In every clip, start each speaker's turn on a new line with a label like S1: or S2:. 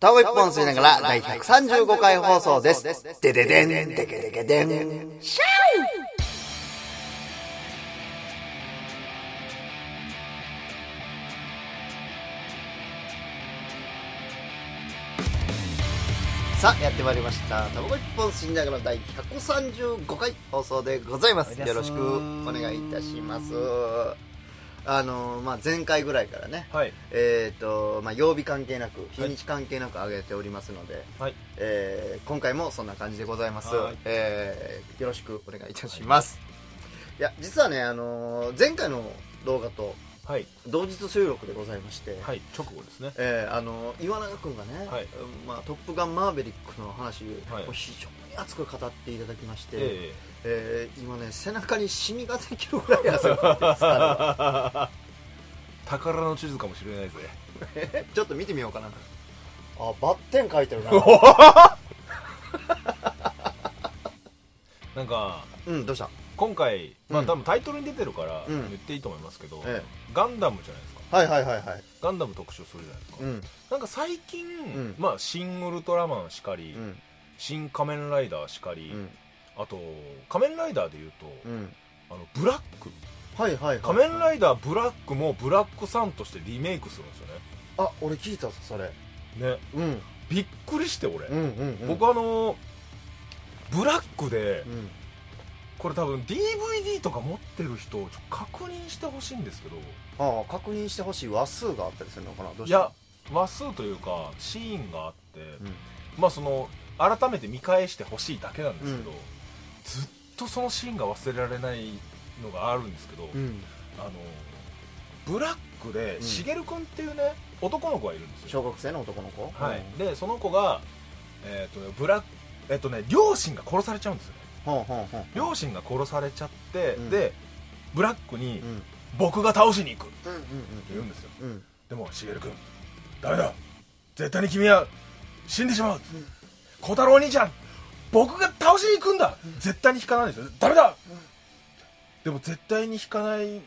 S1: タオ一本吸いながら第135回放送です。でででん、でけでけでん。さあ、やってまいりました。タバコ一本吸いながら第135回放送でございます。よろしくお願いいたします。あの、まあ、前回ぐらいからね、
S2: はい。
S1: えーとまあ、曜日関係なく日にち関係なく上げておりますので、
S2: はい。
S1: えー今回もそんな感じでございます
S2: はい、
S1: えーよろしくお願いいたします、い、や実はね、あのー前回の動画と
S2: はい。
S1: 同日収録でございまして、
S2: はい。直後ですね。
S1: えーあのー岩永君がね、
S2: はい
S1: まあ「トップガンマーヴェリック」の話
S2: はい
S1: を非常に熱く語っていただきまして、
S2: え
S1: えー今ね背中にシミができるぐらい汗をかいてます
S2: え
S1: から
S2: 宝の地図かもしれないぜ。
S1: ちょっと見てみようかなあバッテン書い てるな
S2: なんか、
S1: うんどうした
S2: 今回、まあ、
S1: うん
S2: 多分タイトルに出てるから、
S1: うん
S2: 言っていいと思いますけど、
S1: ええ
S2: ガンダムじゃないですか。
S1: はいはいはいはい
S2: ガンダム特集するじゃないですか。
S1: うん
S2: なんか最近、
S1: ん
S2: まあ、新ウルトラマンしかり、
S1: うん
S2: 新仮面ライダーしかり、
S1: うん
S2: あと、仮面ライダーで言うと、
S1: うん
S2: あの、ブラック。
S1: はいはいはい
S2: 仮面ライダーブラックもブラックさんとしてリメイクするんですよ
S1: あ俺聞いたぞそれ
S2: ね。ね。
S1: うん
S2: びっくりして、俺。
S1: うんうんうん
S2: 僕あのブラックで
S1: うん
S2: これ多分 DVD とか持ってる人ちょっと確認してほしいんですけど
S1: ああ確認してほしい話数があったりするのかなどう
S2: い
S1: した
S2: や話数というかシーンがあって、
S1: うん
S2: まあその改めて見返してほしいだけなんですけど、
S1: うん
S2: ずっとそのシーンが忘れられないのがあるんですけど、
S1: うん
S2: あのブラックで
S1: ん
S2: しげるくんっていうね男の子がいるんですよ、
S1: 小学生の男の子
S2: はいでその子がえっ、とねブラックえっ、とね両親が殺されちゃうんですよね
S1: ほんほんほん
S2: 両親が殺されちゃって、
S1: うん
S2: でブラックに
S1: うん
S2: 「僕が倒しに行く」って
S1: うん
S2: 言うんですよ
S1: うんうん
S2: でもしげる君ダメだ絶対に君は死んでしまう小太郎兄ちゃん僕が倒しに行くんだ絶対に引かないんですよダメだでも絶対に引かない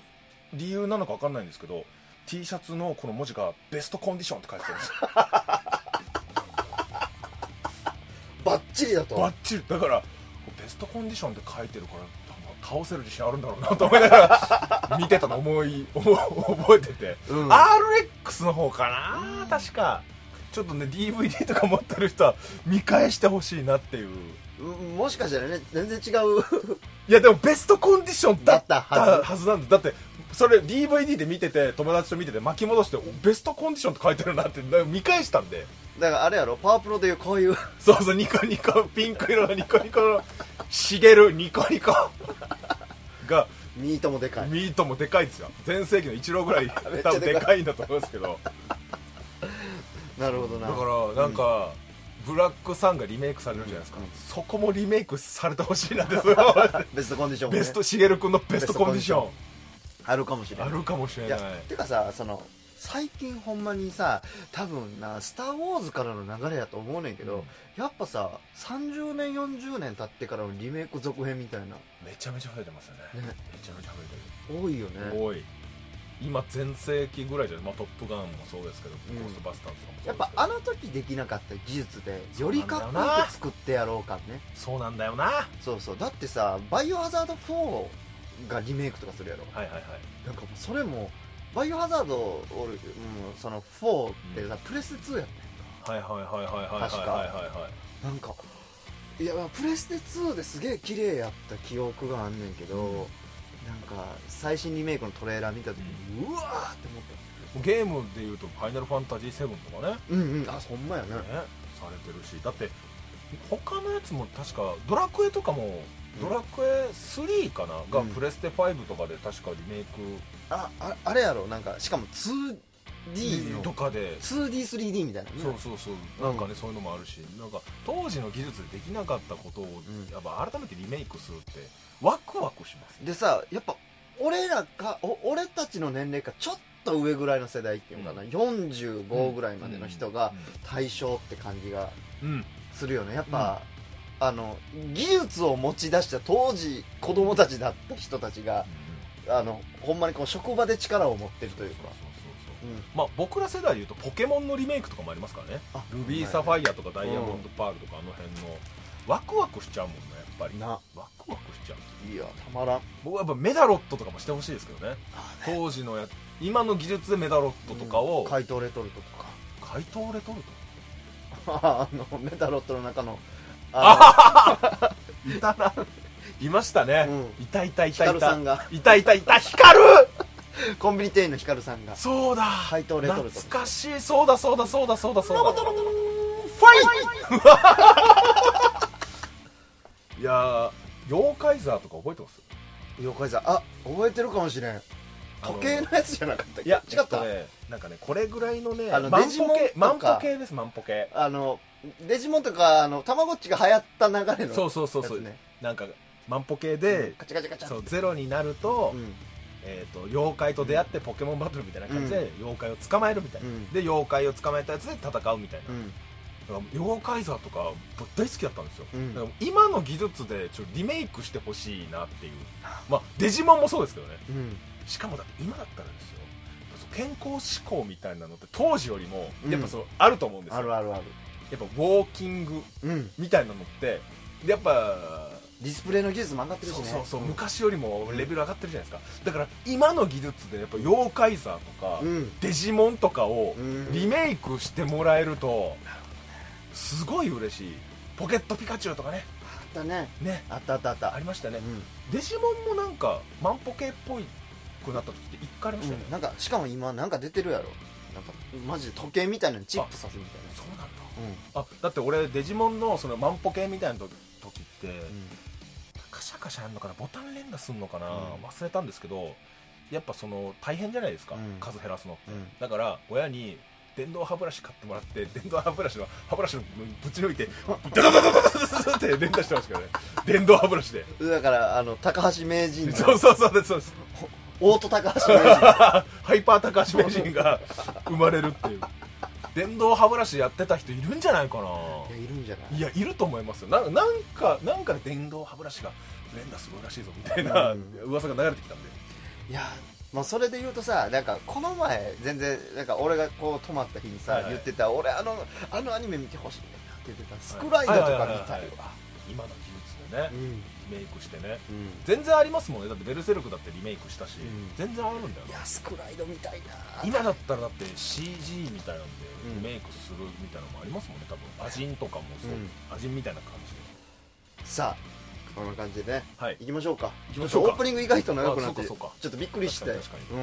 S2: 理由なのか分かんないんですけど T シャツのこの文字が「ベストコンディション」って書いてあるんですよ
S1: バッチリだと
S2: バッチリだからベストコンディションって書いてるから倒せる自信あるんだろうなと思いなが ら見てたの思い思覚えてて
S1: うん
S2: RX の方かな、確かちょっとね DVD とか持ってる人は見返してほしいなっていう
S1: うんもしかしたらね全然違う
S2: いやでもベストコンディションだった
S1: だったは
S2: はずなんだだってそれ DVD で見てて友達と見てて巻き戻しておベストコンディションって書いてるなって見返したんで
S1: だからあれやろパワープロでいうこういう
S2: そうそうニコニコピンク色のニコニコのしげるニコニコが
S1: ミートもでかい
S2: ミートもでかいですよ全盛期のイチローぐらい
S1: めっち
S2: 多
S1: ゃでか
S2: 分
S1: い
S2: でかいんだと思うんですけど
S1: なるほど
S2: だ
S1: な
S2: からなんか、ブラックさんがリメイクされるじゃないですか、
S1: うんうん
S2: そこもリメイクされてほしいなってすごい思います
S1: ベストコンディションもね
S2: ベストしげる君のベストコンディション
S1: あるかもしれな
S2: あ
S1: い
S2: るかもしれ
S1: い
S2: な
S1: や
S2: い
S1: てかさその最近ほんまにさ多分な「スター・ウォーズ」からの流れやと思うねんけど、やっぱさ30年40年経ってからのリメイク続編みたいな
S2: めちゃめちゃ増えてますよね
S1: ね
S2: めちゃめちゃ増
S1: 多いよ
S2: えてる
S1: ね
S2: 多い今全盛期ぐらいじゃない、まあ、トップガンもそうですけど、
S1: ん
S2: ゴーストバスターズとかもそ
S1: や
S2: う
S1: っ
S2: で
S1: ぱ
S2: すけど
S1: あの時できなかった技術でよりかっこよく作ってやろうかね
S2: そうなんだよなは
S1: そうそうだってさ「バイオハザード4」がリメイクとかするやろ
S2: いはいはい
S1: なんかもうそれも「バイオハザード俺」うん、その4ってさ、プレス2やね
S2: はいはいはいはいはいはい
S1: 確か
S2: はいはいはい
S1: なんかいやプレステ2ですげえ綺麗やった記憶があんねんけど、なんか最新リメイクのトレーラー見た時に、うわーって思った
S2: ゲームでいうと「ファイナルファンタジー7」とかね
S1: うんうんあそんまやね
S2: ね、されてるしだって他のやつも確かドラクエとかも、
S1: うん
S2: ドラクエ3かなが
S1: うん
S2: プレステ5とかで確かリメイク、
S1: あああれやろなんかしかも 2D の
S2: とかで、
S1: 2D3D みたいなね
S2: そうそうそうなんかね、そういうのもあるしなんか当時の技術でできなかったことを、
S1: ん
S2: やっぱ改めてリメイクするってワクワクしますね
S1: でさやっぱ俺らかお俺たちの年齢かちょっと上ぐらいの世代っていうのかな、
S2: うん
S1: 45ぐらいまでの人が対象って感じが
S2: うん、うん
S1: するよねやっぱ、あの技術を持ち出した当時子供たちだった人たちがあのほんまにこう職場で力を持ってるというか
S2: そうそうそうまあ、僕ら世代でいうとポケモンのリメイクとかもありますからね
S1: あ
S2: ルビー・サファイアとかダイヤモンド・パールとかあの辺のワクワクしちゃうもんねやっぱり
S1: な
S2: ワクワクしちゃう
S1: いやたまらん
S2: 僕はやっぱメダロットとかもしてほしいですけどね
S1: あね
S2: 当時のや今の技術でメダロットとかを、
S1: 怪盗レトルトとか
S2: 怪盗レトルト
S1: あのメタロットの中のあ
S2: いたないましたね、
S1: う
S2: いたいたい
S1: のヒカ
S2: たいた
S1: ルさんが
S2: いたいたいた光る
S1: コンビニ店員のヒカルさんが
S2: そうだ
S1: 怪盗レトルト
S2: 懐かしいそうだそうだそうだそうだそうだ
S1: ファイ
S2: いやー妖怪ザーとか覚えてます
S1: 妖怪座あ覚えてるかもしれん
S2: あの
S1: 時計のやつじゃなかったっけ
S2: いや
S1: 違
S2: 違
S1: っ
S2: ったとねなんかねこれぐらいのね
S1: あの
S2: 万
S1: デジモン
S2: 歩計
S1: とか
S2: 万歩計です万歩計
S1: あのデジモンとかあのたまごっちが流行った流れの
S2: そうそうそうそう、
S1: やつね
S2: なんか万歩計で、
S1: カチャカチャカチャ
S2: そうゼロになると,、
S1: うん
S2: えー、と妖怪と出会ってポケモンバトルみたいな感じで、妖怪を捕まえるみたいな、
S1: うん
S2: で妖怪を捕まえたやつで戦うみたいな、
S1: うん
S2: だから妖怪座とか僕大好きだったんですよ、
S1: うん
S2: だから今の技術でちょっとリメイクしてほしいなっていうまあデジモンもそうですけどね
S1: うん
S2: しかもだって今だったらですよ健康志向みたいなのって当時よりも
S1: うん
S2: やっぱそう、あると思うんですよ
S1: あるあるある
S2: やっぱウォーキング
S1: うん
S2: みたいなのってやっぱ
S1: ディスプレイの技術も上がってるし
S2: そう
S1: ね
S2: そうそう、昔よりもレベル上がってるじゃないですかだから今の技術でやっぱ妖怪座とか、
S1: うん
S2: デジモンとかを
S1: うん
S2: リメイクしてもらえると、すごい嬉しいポケットピカチュウとかね
S1: あったね
S2: ね
S1: あったあったあった
S2: ありましたね、
S1: うん
S2: デジモンもなんか万歩計っぽいくなった時って一回ありましたよね、
S1: うんなんかしかも今なんか出てるやろなんかマジで時計みたいなのにチップさすみたい
S2: そうなんだ
S1: な
S2: あだって俺デジモンのその万歩計みたいな時時って、
S1: う
S2: カシャカシャやるのかなボタン連打すんのかな、
S1: うん
S2: 忘れたんですけどやっぱその大変じゃないですか、
S1: うん
S2: 数減らすのって、
S1: んうん
S2: だから親に電動歯ブラシ買ってもらって電動歯ブラシの歯ブラシのぶち抜いてダダダダダダダダって連打してましたけどね電動歯ブラシで
S1: だからあの高橋名人
S2: そ
S1: の
S2: うそうそうですそうです
S1: 大戸高橋名人
S2: ハイパー高橋名人が生まれるっていう電動歯ブラシやってた人いるんじゃないか
S1: い
S2: な
S1: やいるんじゃない
S2: いやいると思いますよななんかなんかで電動歯ブラシが連打すごいらしいぞみたいな
S1: うん
S2: 噂が流れてきたんで
S1: いやまあそれで言うとさなんかこの前全然なんか俺がこう泊まった日にさ、
S2: はいはい
S1: 言ってた俺あのあのアニメ見てほしいんだなって言ってたスクラ
S2: はい
S1: イドとか見たいわ
S2: ははは今の技術でね
S1: うん
S2: リメイクしてね
S1: うん
S2: 全然ありますもんねだってベルセルクだってリメイクしたし、
S1: うん
S2: 全然あるんだよ
S1: いやスクライド見たいな
S2: 今だったらだって CG みたいなんで
S1: うん
S2: リメイクするみたいなのもありますもんね多分アジンとかもそう、
S1: うん
S2: アジンみたいな感じで
S1: さあこんな感じでね
S2: はい
S1: 行きましょうか
S2: 行きましょうか
S1: ちっとオープニング意外と長くなって
S2: あそうかそうか
S1: ちょっとびっくりして
S2: 確かに確
S1: うん、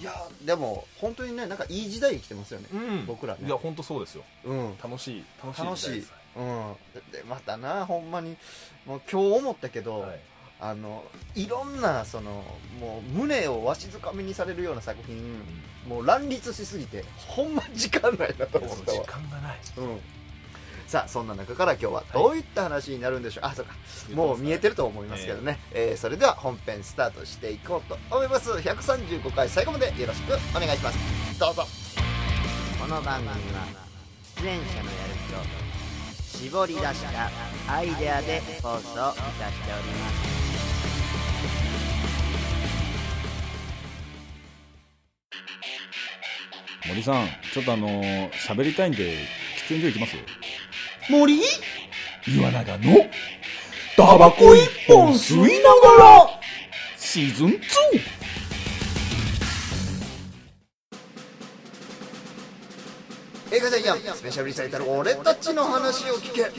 S1: いやでも本当にねなんかいい時代に来てますよね
S2: うん
S1: 僕らね
S2: いや本当そうですよ
S1: うん
S2: 楽しい楽しい
S1: 楽しい
S2: 時
S1: うんでまたなほんまにもう今日思ったけど、
S2: 代です
S1: あのいろんなそのもう胸をわしづかみにされるような作品もう乱立しすぎてほんま時間ないなと
S2: はい、いや
S1: 思っ
S2: そう
S1: た
S2: 時
S1: わ、
S2: 間がない
S1: うん、さあそんな中から今日はどういった話になるんでしょう、あそうかもう見えてると思いますけどね、えーそれでは本編スタートしていこうと思います135回最後までよろしくお願いしますどうぞ
S3: この番組は出演者のやる気を絞り出したアイデアで放送いたしております
S4: 森さんちょっとあのー喋りたいんで喫煙所行きます
S1: 森
S4: 岩永のタバコ一本吸いながらシーズン 2!
S1: 映画ジャイアンスペシャルリサイタル俺たちの話を聞け
S2: さ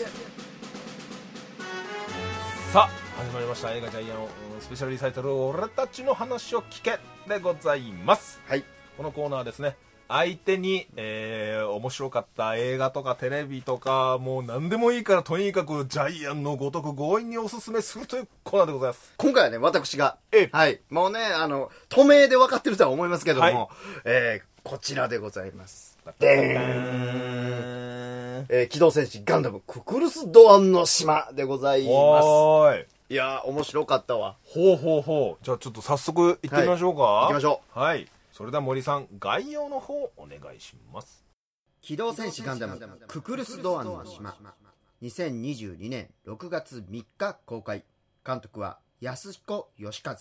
S2: あ始まりました映画「ジャイアン」スペシャルリサイタル「俺たちの話を聞け」でございます
S1: はい
S2: このコーナーはですね相手に、えー面白かった映画とかテレビとかもう何でもいいからとにかくジャイアンのごとく強引におすすめするというコーナーでございます
S1: 今回はね、私が
S2: ええ、
S1: はい、もうね、あの、透明で分かってるとは思いますけども、
S2: はい
S1: えーこちらでございます。
S2: でーん
S1: えー機動戦士ガンダムククルス・ドアンの島でございま
S2: おーい
S1: す。いやー、面白かったわ。
S2: ほうほうほうじゃあちょっと早速行ってみましょうか、
S1: い行きましょ
S2: うはいそれでは森さん概要の方お願いします
S3: 機動戦士ガンダムククルス・ドアンの島2022年6月3日公開監督は安彦義和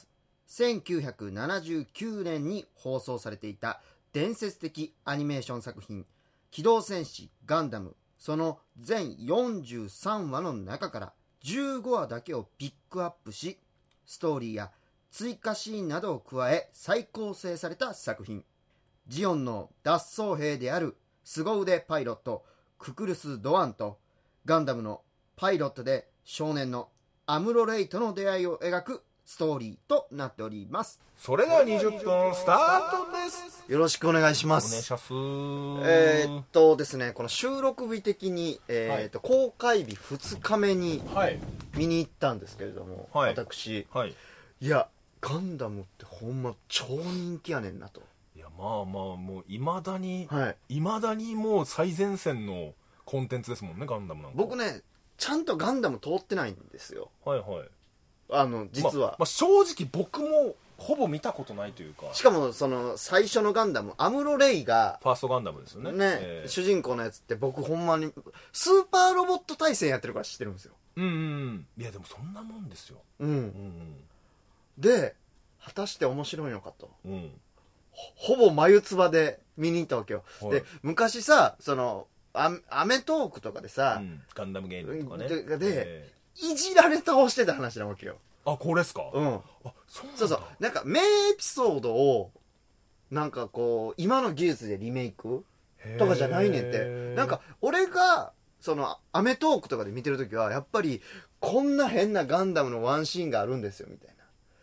S3: 1979年に放送されていた
S1: 伝説的アニメーション作品、機動戦士ガンダム、その全43話の中から15話だけをピックアップし、ストーリーや追加シーンなどを加え再構成された作品。ジオンの脱走兵である凄腕パイロット、ククルス・ドアンと、ガンダムのパイロットで少年のアムロ・レイとの出会いを描くストーリーとなっております。
S2: それでは20分スタートです
S1: よろしくお願いしま
S2: お願い
S1: す
S2: し。ます
S1: えーっとですね、この収録日的に、えーっと公開日2日目に
S2: はい
S1: 見に行ったんですけれども、
S2: はい
S1: 私、
S2: はい
S1: いや、ガンダムってほんま超人気やねんなと。
S2: いやまあまあもういまだに
S1: はい。
S2: いまだにもう最前線のコンテンツですもんねガンダムなんか
S1: 僕ね、ちゃんとガンダム通ってないんですよ。
S2: はいはい
S1: あの、実
S2: まあ
S1: は。
S2: まあ正直僕もほぼ見たことないというか
S1: しかも、その、最初のガンダム、アムロ・レイが、
S2: ファーストガンダムですよね
S1: ね、
S2: えー
S1: 主人公のやつって僕ほんまに、スーパーロボット対戦やってるから知ってるんですよ。
S2: うんうんうんいやでもそんなもんですよ
S1: うん
S2: う。ん
S1: で、果たして面白いのかと。
S2: うんうん
S1: ほぼ眉唾で見に行ったわけよ。
S2: はい
S1: で、昔さ、その、アメアメトークとかでさ、
S2: うんガンダムゲームとかね
S1: でで
S2: え
S1: いじられ倒してた話なわけよ。
S2: ーあこれですか
S1: うん。
S2: あそうなんだ
S1: そうそう。なんか、名エピソードを、なんかこう、今の技術でリメイク
S2: へー
S1: とかじゃないねんって。なんか、俺が、その、アメトークとかで見てるときは、やっぱり、こんな変なガンダムのワンシーンがあるんですよ、みたいな。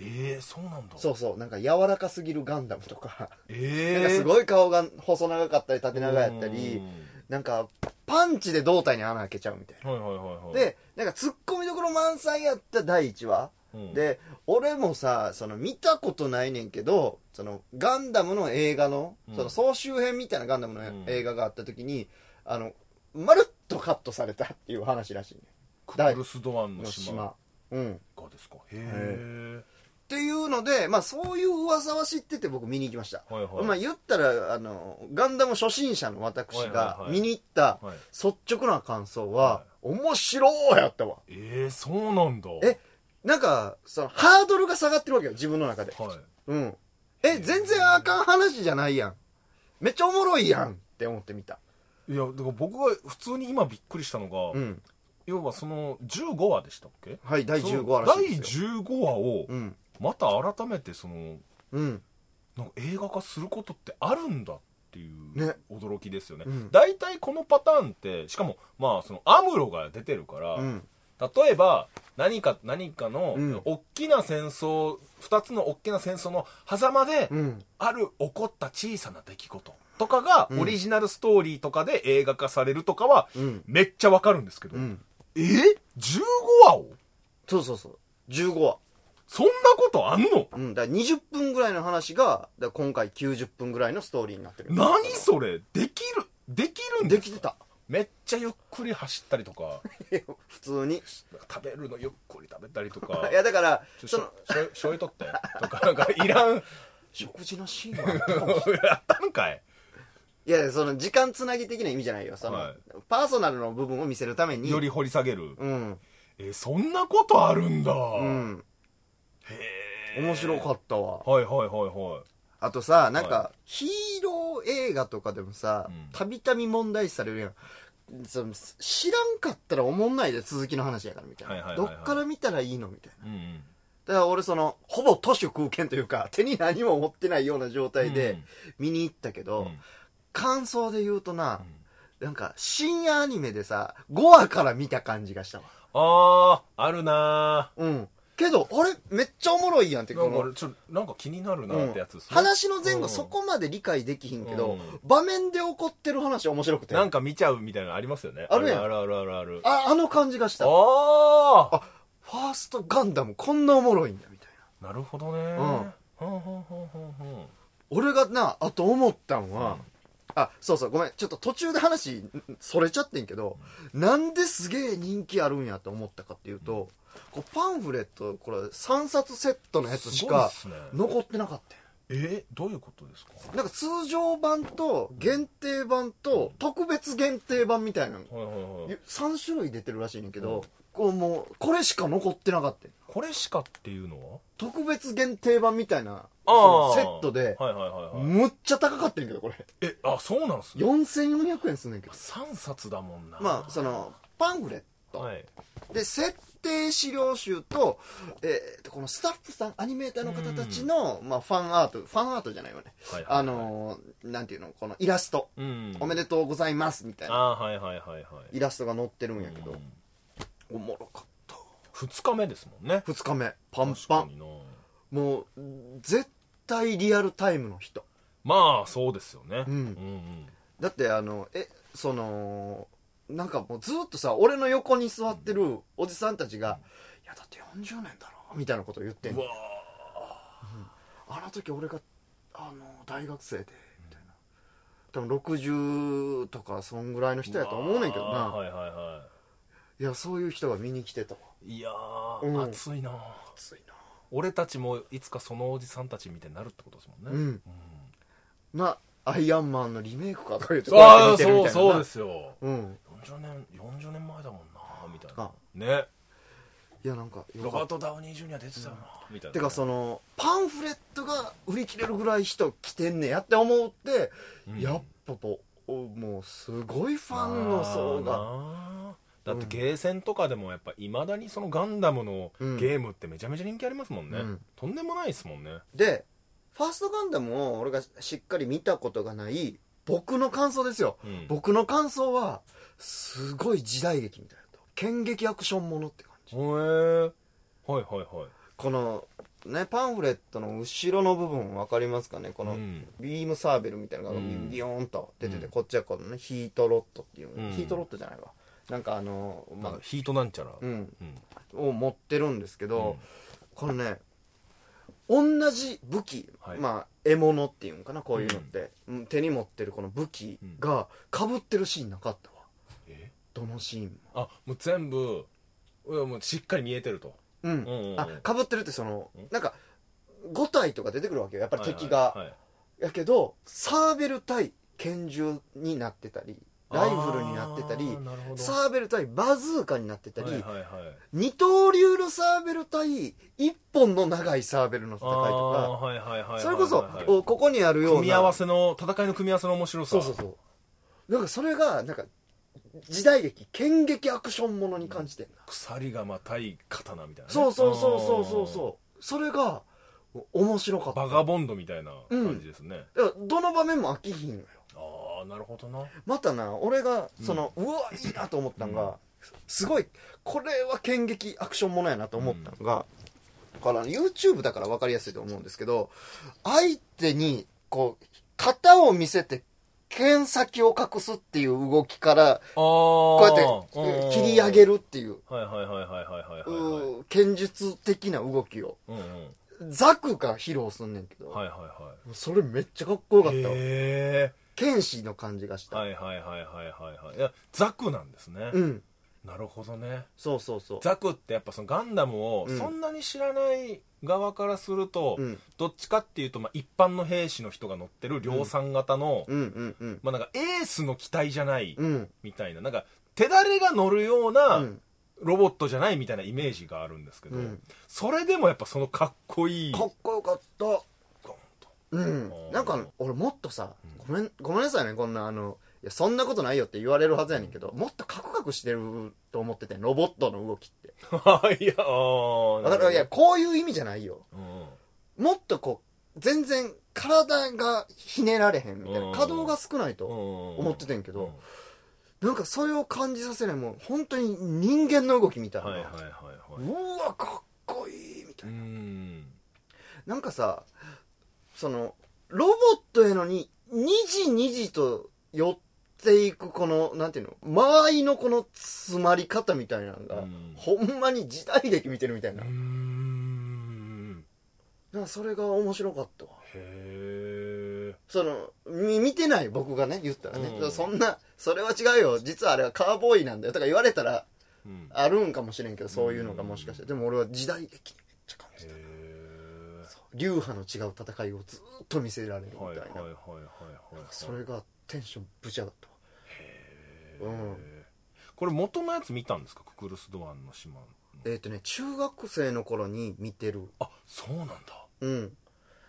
S2: えーそうなんだ
S1: そうそう。なんか、柔らかすぎるガンダムとか。
S2: え
S1: な
S2: ー
S1: んか、すごい顔が細長かったり、縦長やった
S2: う
S1: り、
S2: ん
S1: なんか、パンチで胴体に穴開けちゃうみたいな。
S2: はいはいはいはい、
S1: で、なんか、突っ込みどころ満載やった第1話。
S2: うん
S1: で俺もさその見たことないねんけどそのガンダムの映画の,、
S2: うん
S1: その総集編みたいなガンダムの
S2: うん
S1: 映画があった時に、あのまるっとカットされたっていう話らしいね
S2: ククルス・ドアンの
S1: の
S2: 島
S1: 島うん
S2: がですかへ
S1: っていうので、まあ、そういう噂は知ってて僕見に行きました、
S2: えはいはい、
S1: まあ、言ったらあのガンダム初心者の私
S2: はいはい
S1: が
S2: はい
S1: 見に行った
S2: はい、
S1: 率直な感想は、面白いやったわ
S2: えー、そうなんだ
S1: えなんかそのハードルが下がってるわけよ自分の中で
S2: はい
S1: うん。え、全然あかん話じゃないやん。めっちゃおもろいやんって思ってみた。
S2: いやだから僕が普通に今びっくりしたのが、
S1: うん。
S2: 要はその15話でしたっけ
S1: はい、第15話らしいですよ。
S2: その第15話を
S1: うん。
S2: また改めてその
S1: うん。
S2: なんか映画化することってあるんだっていう
S1: ね
S2: 驚きですよね
S1: うん
S2: 大体、このパターンってしかもまあそのアムロが出てるから、
S1: うん。
S2: 例えば何か何かの
S1: うん
S2: 大きな戦争、2つの大きな戦争の狭間で、
S1: うん。
S2: ある起こった小さな出来事とかが
S1: うん
S2: オリジナルストーリーとかで映画化されるとかは
S1: うん。
S2: めっちゃわかるんですけど、
S1: うん。
S2: え ?15 話を
S1: そうそうそう。15話。
S2: そんなことあんの
S1: うん。だから20分ぐらいの話が、だから今回90分ぐらいのストーリーになってる。
S2: 何それできるできるん
S1: で
S2: で
S1: き
S2: す
S1: て
S2: か
S1: た。
S2: めっちゃゆっくり走ったりとか
S1: 普通に。
S2: なんか食べるのゆっくり食べたりとか
S1: いや、だから、
S2: ちょし
S1: そ
S2: ょ
S1: の、
S2: しょしょいとってとかなんかいらんや
S1: 食事のシーンはあったかもしれない。
S2: ったんかい
S1: い や、その、時間つなぎ的な意味じゃないよ。その、
S2: はい
S1: パーソナルの部分を見せるために。
S2: より掘り下げる、
S1: うん。
S2: えそんなことあるんだ、
S1: うん。
S2: へえ
S1: 面白かったわ。
S2: はいはいはいはい
S1: あとさ、なんか
S2: は、
S1: ヒーロー映画とかでもさ
S2: うん、
S1: たびたび問題視されるやん。その知らんかったらおもんないで続きの話やからみたい
S2: はいは
S1: な。
S2: いは
S1: ど
S2: いはい
S1: っから見たらいいのみたいな。
S2: うんうん
S1: だから俺その、ほぼ都市空間というか、 手に何も持ってないような状態
S2: う
S1: で
S2: ん
S1: 見に行ったけ
S2: う
S1: ど、
S2: ん
S1: 感想で言うとな
S2: う、ん
S1: なんか深夜アニメでさ、5話から見た感じがしたわ。
S2: あああるな
S1: うん。けど、あれめっちゃおもろいやんって、
S2: ーな
S1: こ
S2: んか
S1: の
S2: 俺ちょなんか気になるな
S1: う
S2: ー
S1: ん
S2: ってやつですね、
S1: 話の前
S2: う
S1: 後
S2: ん
S1: そこまで理解できひんけど
S2: う、
S1: 場面で起こってる話面白くて。
S2: なんか見ちゃうみたいなのありますよね
S1: あるやん
S2: あるあるあるあるある
S1: あ、あの感じがした。フ
S2: ああ
S1: ァーストガンダムこんなおもろいんだ、みたいな。
S2: なるほどねうんほんほんほんほんほん
S1: 俺がな、あと思ったんは、
S2: うん
S1: あ、そうそう、ごめん。ちょっと途中で話、んそれちゃってんけど、なんですげえ人気あるんやと思ったかっていうと、こうパンフレット、これ3冊セットのやつしか
S2: すごいっすね
S1: 残ってなかったよ
S2: えどういうことですか
S1: なんか通常版と限定版と特別限定版みたいなの、
S2: はいはいはい
S1: 3種類出てるらしいねんけど、
S2: うん
S1: こうもう、これしか残ってなかったよ
S2: これしかっていうのは
S1: 特別限定版みたいな
S2: ああ
S1: セットで
S2: はいはいはいはい
S1: むっちゃ高かったんやけど、これ。
S2: えあそうなんすね
S1: 4400円すんねんけど。
S2: 3冊だもんな
S1: まあ、その、パンフレット。
S2: はい
S1: で、設定資料集と、えーと、このスタッフさん、アニメーターの方たちの、まあ、ファンアート、ファンアートじゃないよね。
S2: はいはいはい
S1: あのー、なんていうの、このイラスト。
S2: うん
S1: おめでとうございます、みたいな。
S2: ああーはいはいはいはい
S1: イラストが載ってるんやけ
S2: う
S1: ど
S2: ん、
S1: おもろかった。
S2: 2日目ですもんね
S1: 二日目、パン
S2: 確
S1: パ
S2: か
S1: ン。
S2: にな
S1: もう、絶対リアルタイムの人。
S2: まあそうですよね
S1: うん
S2: うん
S1: だってあのえそのなんかもうずっとさ俺の横に座ってるおじさんたちが「いやだって40年だろ」みたいなことを言って
S2: うんん
S1: の
S2: うわ
S1: あの時俺があの大学生でみたいな多分60とかそんぐらいの人やと思うねんけど
S2: あー
S1: な
S2: はいはいはい
S1: やそういう人が見に来てたわ
S2: いいや
S1: うん
S2: ー熱いな
S1: 熱いな
S2: 俺たちもいつかそのおじさんたちみたいになるってことですもん
S1: う
S2: ね
S1: んなアイアンマンのリメイクかとか言って
S2: ああ
S1: 見てるみ
S2: そ
S1: た
S2: う
S1: いな
S2: そうですすよ
S1: うん
S2: 40年40年前だもんなみたい
S1: あ
S2: なね
S1: いやなんかよ
S2: ロ
S1: か
S2: バ
S1: っ
S2: ート・ダウニー・ジュニア出てたよなみたい
S1: た
S2: な
S1: てかそのパンフレットが売り切れるぐらい人来てんねやって思うって
S2: うん
S1: やっぱもうおもうすごいファンの層
S2: ま
S1: が
S2: あなだってゲーセンとかでもやっぱいまだにそのガンダムの
S1: うん
S2: ゲームってめちゃめちゃ人気ありますもんね、
S1: うん
S2: とんでもないですもんね
S1: でファーストガンダムを俺がしっかり見たことがない僕の感想ですよ、
S2: うん
S1: 僕の感想はすごい時代劇みたいなと剣劇アクションものって感じ
S2: へえはいはいはい
S1: このねパンフレットの後ろの部分分かりますかねこの、
S2: うん
S1: ビームサーベルみたいなのが
S2: うん
S1: ビヨーンと出てて、
S2: うん
S1: こっちはこのねヒートロットっていう、
S2: うん
S1: ヒートロットじゃないわなんかあの
S2: なん
S1: ま
S2: かヒートなんちゃら
S1: あうん
S2: うん
S1: を持ってるんですけど、
S2: うん
S1: このね同じ武器、
S2: はい
S1: まあ獲物っていうんかなこういうのって、うん手に持ってるこの武器がかぶってるシーンなかったわ
S2: え
S1: どのシーンも
S2: あもう全部いやもうしっかり見えてると
S1: うん、
S2: うんうんうん
S1: あかぶってるってその
S2: ん
S1: なんか5体とか出てくるわけよやっぱり敵が、
S2: はいはい
S1: やけどサーベル対拳銃になってたりライフルになってたり
S2: あーなるほど
S1: サーベル対バズーカになってたり、
S2: はいはいはい
S1: 二刀流のサーベル対一本の長いサーベルの戦い
S2: あ
S1: とか
S2: ーはいはいはいはいはいはい
S1: それこそ、おここにあるような
S2: 組み合わせの戦いの組み合わせの面白さ
S1: そうそうそうなんかそれがなんか時代劇剣劇アクションものに感じてんな、
S2: 鎖がまあ対刀みたいな、ね、
S1: そうそうそうそうそうそうそれがお面白かった
S2: バガボンドみたいな感じですね、
S1: だからどの場面も飽きひんのよ
S2: ああなるほどな
S1: またな俺がその、うわいいなと思ったのが、すごいこれは剣劇アクションものやなと思ったのが、この YouTube だから分かりやすいと思うんですけど相手にこう型を見せて剣先を隠すっていう動きからこ
S2: こ
S1: うやってえー切り上げ
S2: る
S1: るっていう
S2: はいはいはいはいはいはいうはい
S1: ー剣術的な動きを
S2: うんうん
S1: ザクが披露すんねんけど、
S2: はいは
S1: それめっちゃかっこよ
S2: い
S1: か
S2: は
S1: っ
S2: い
S1: たわ
S2: へ
S1: 剣士の感じがし
S2: え
S1: た、
S2: はいはいはいはいはいはいいやザクなんですね、
S1: うん
S2: なるほどね
S1: そうそうそう
S2: ザクってやっぱそのガンダムを
S1: うん
S2: そんなに知らない側からすると、
S1: うん
S2: どっちかっていうとまあ一般の兵士の人が乗ってる量産型の、
S1: うんうんうん
S2: まあなんかエースの機体じゃない
S1: うん
S2: みたいななんか手だれが乗るよう
S1: う
S2: なんロボットじゃないみたいなイメージがあるんですけど、
S1: うん
S2: それでもやっぱそのかっこ いい
S1: かっこよかった
S2: ゴンと
S1: うん
S2: おー
S1: なんか俺もっとさごめんごめんなさいねこんなあのいやそんなことないよって言われるはずやねんけどもっとカクカクしてると思っててロボットの動きって
S2: いや、あー
S1: だからいや、こういう意味じゃないよ
S2: うん
S1: もっとこう全然体がひねられへんみたい
S2: うん
S1: な稼働が少ない
S2: うん
S1: と
S2: うん、
S1: 思って
S2: た
S1: てんけどなんかそれを感じさせないもう本当に人間の動きみたいな、
S2: はいはいはいはいう
S1: わかっこいいみた
S2: う
S1: い
S2: ーん
S1: ななんかさそのロボットへのににじにじと寄っていくこのなんていうの間合いのこの詰まり方みたいなのが、
S2: うん
S1: ほんまに時代劇見てるみたいうな,、
S2: ーん
S1: なんかそれが面白かったわ
S2: へえ
S1: そのみ見てない僕がね言ったらね、
S2: うん
S1: そんなそれは違うよ実はあれはカーボーイなんだよとか言われたら
S2: うん
S1: あるんかもしれんけどそういうのがもしかして、でも俺は時代劇にめっちゃ感じ
S2: へ
S1: た
S2: え
S1: 流派の違う戦いをずっと見せられるみたいな、
S2: はいはいはいはいはいはい
S1: それがテンションぶち上がったわうん
S2: これ元のやつ見たんですかククルス・ドアンの島の
S1: えっ、とね中学生の頃に見てる
S2: あそうなんだ
S1: うん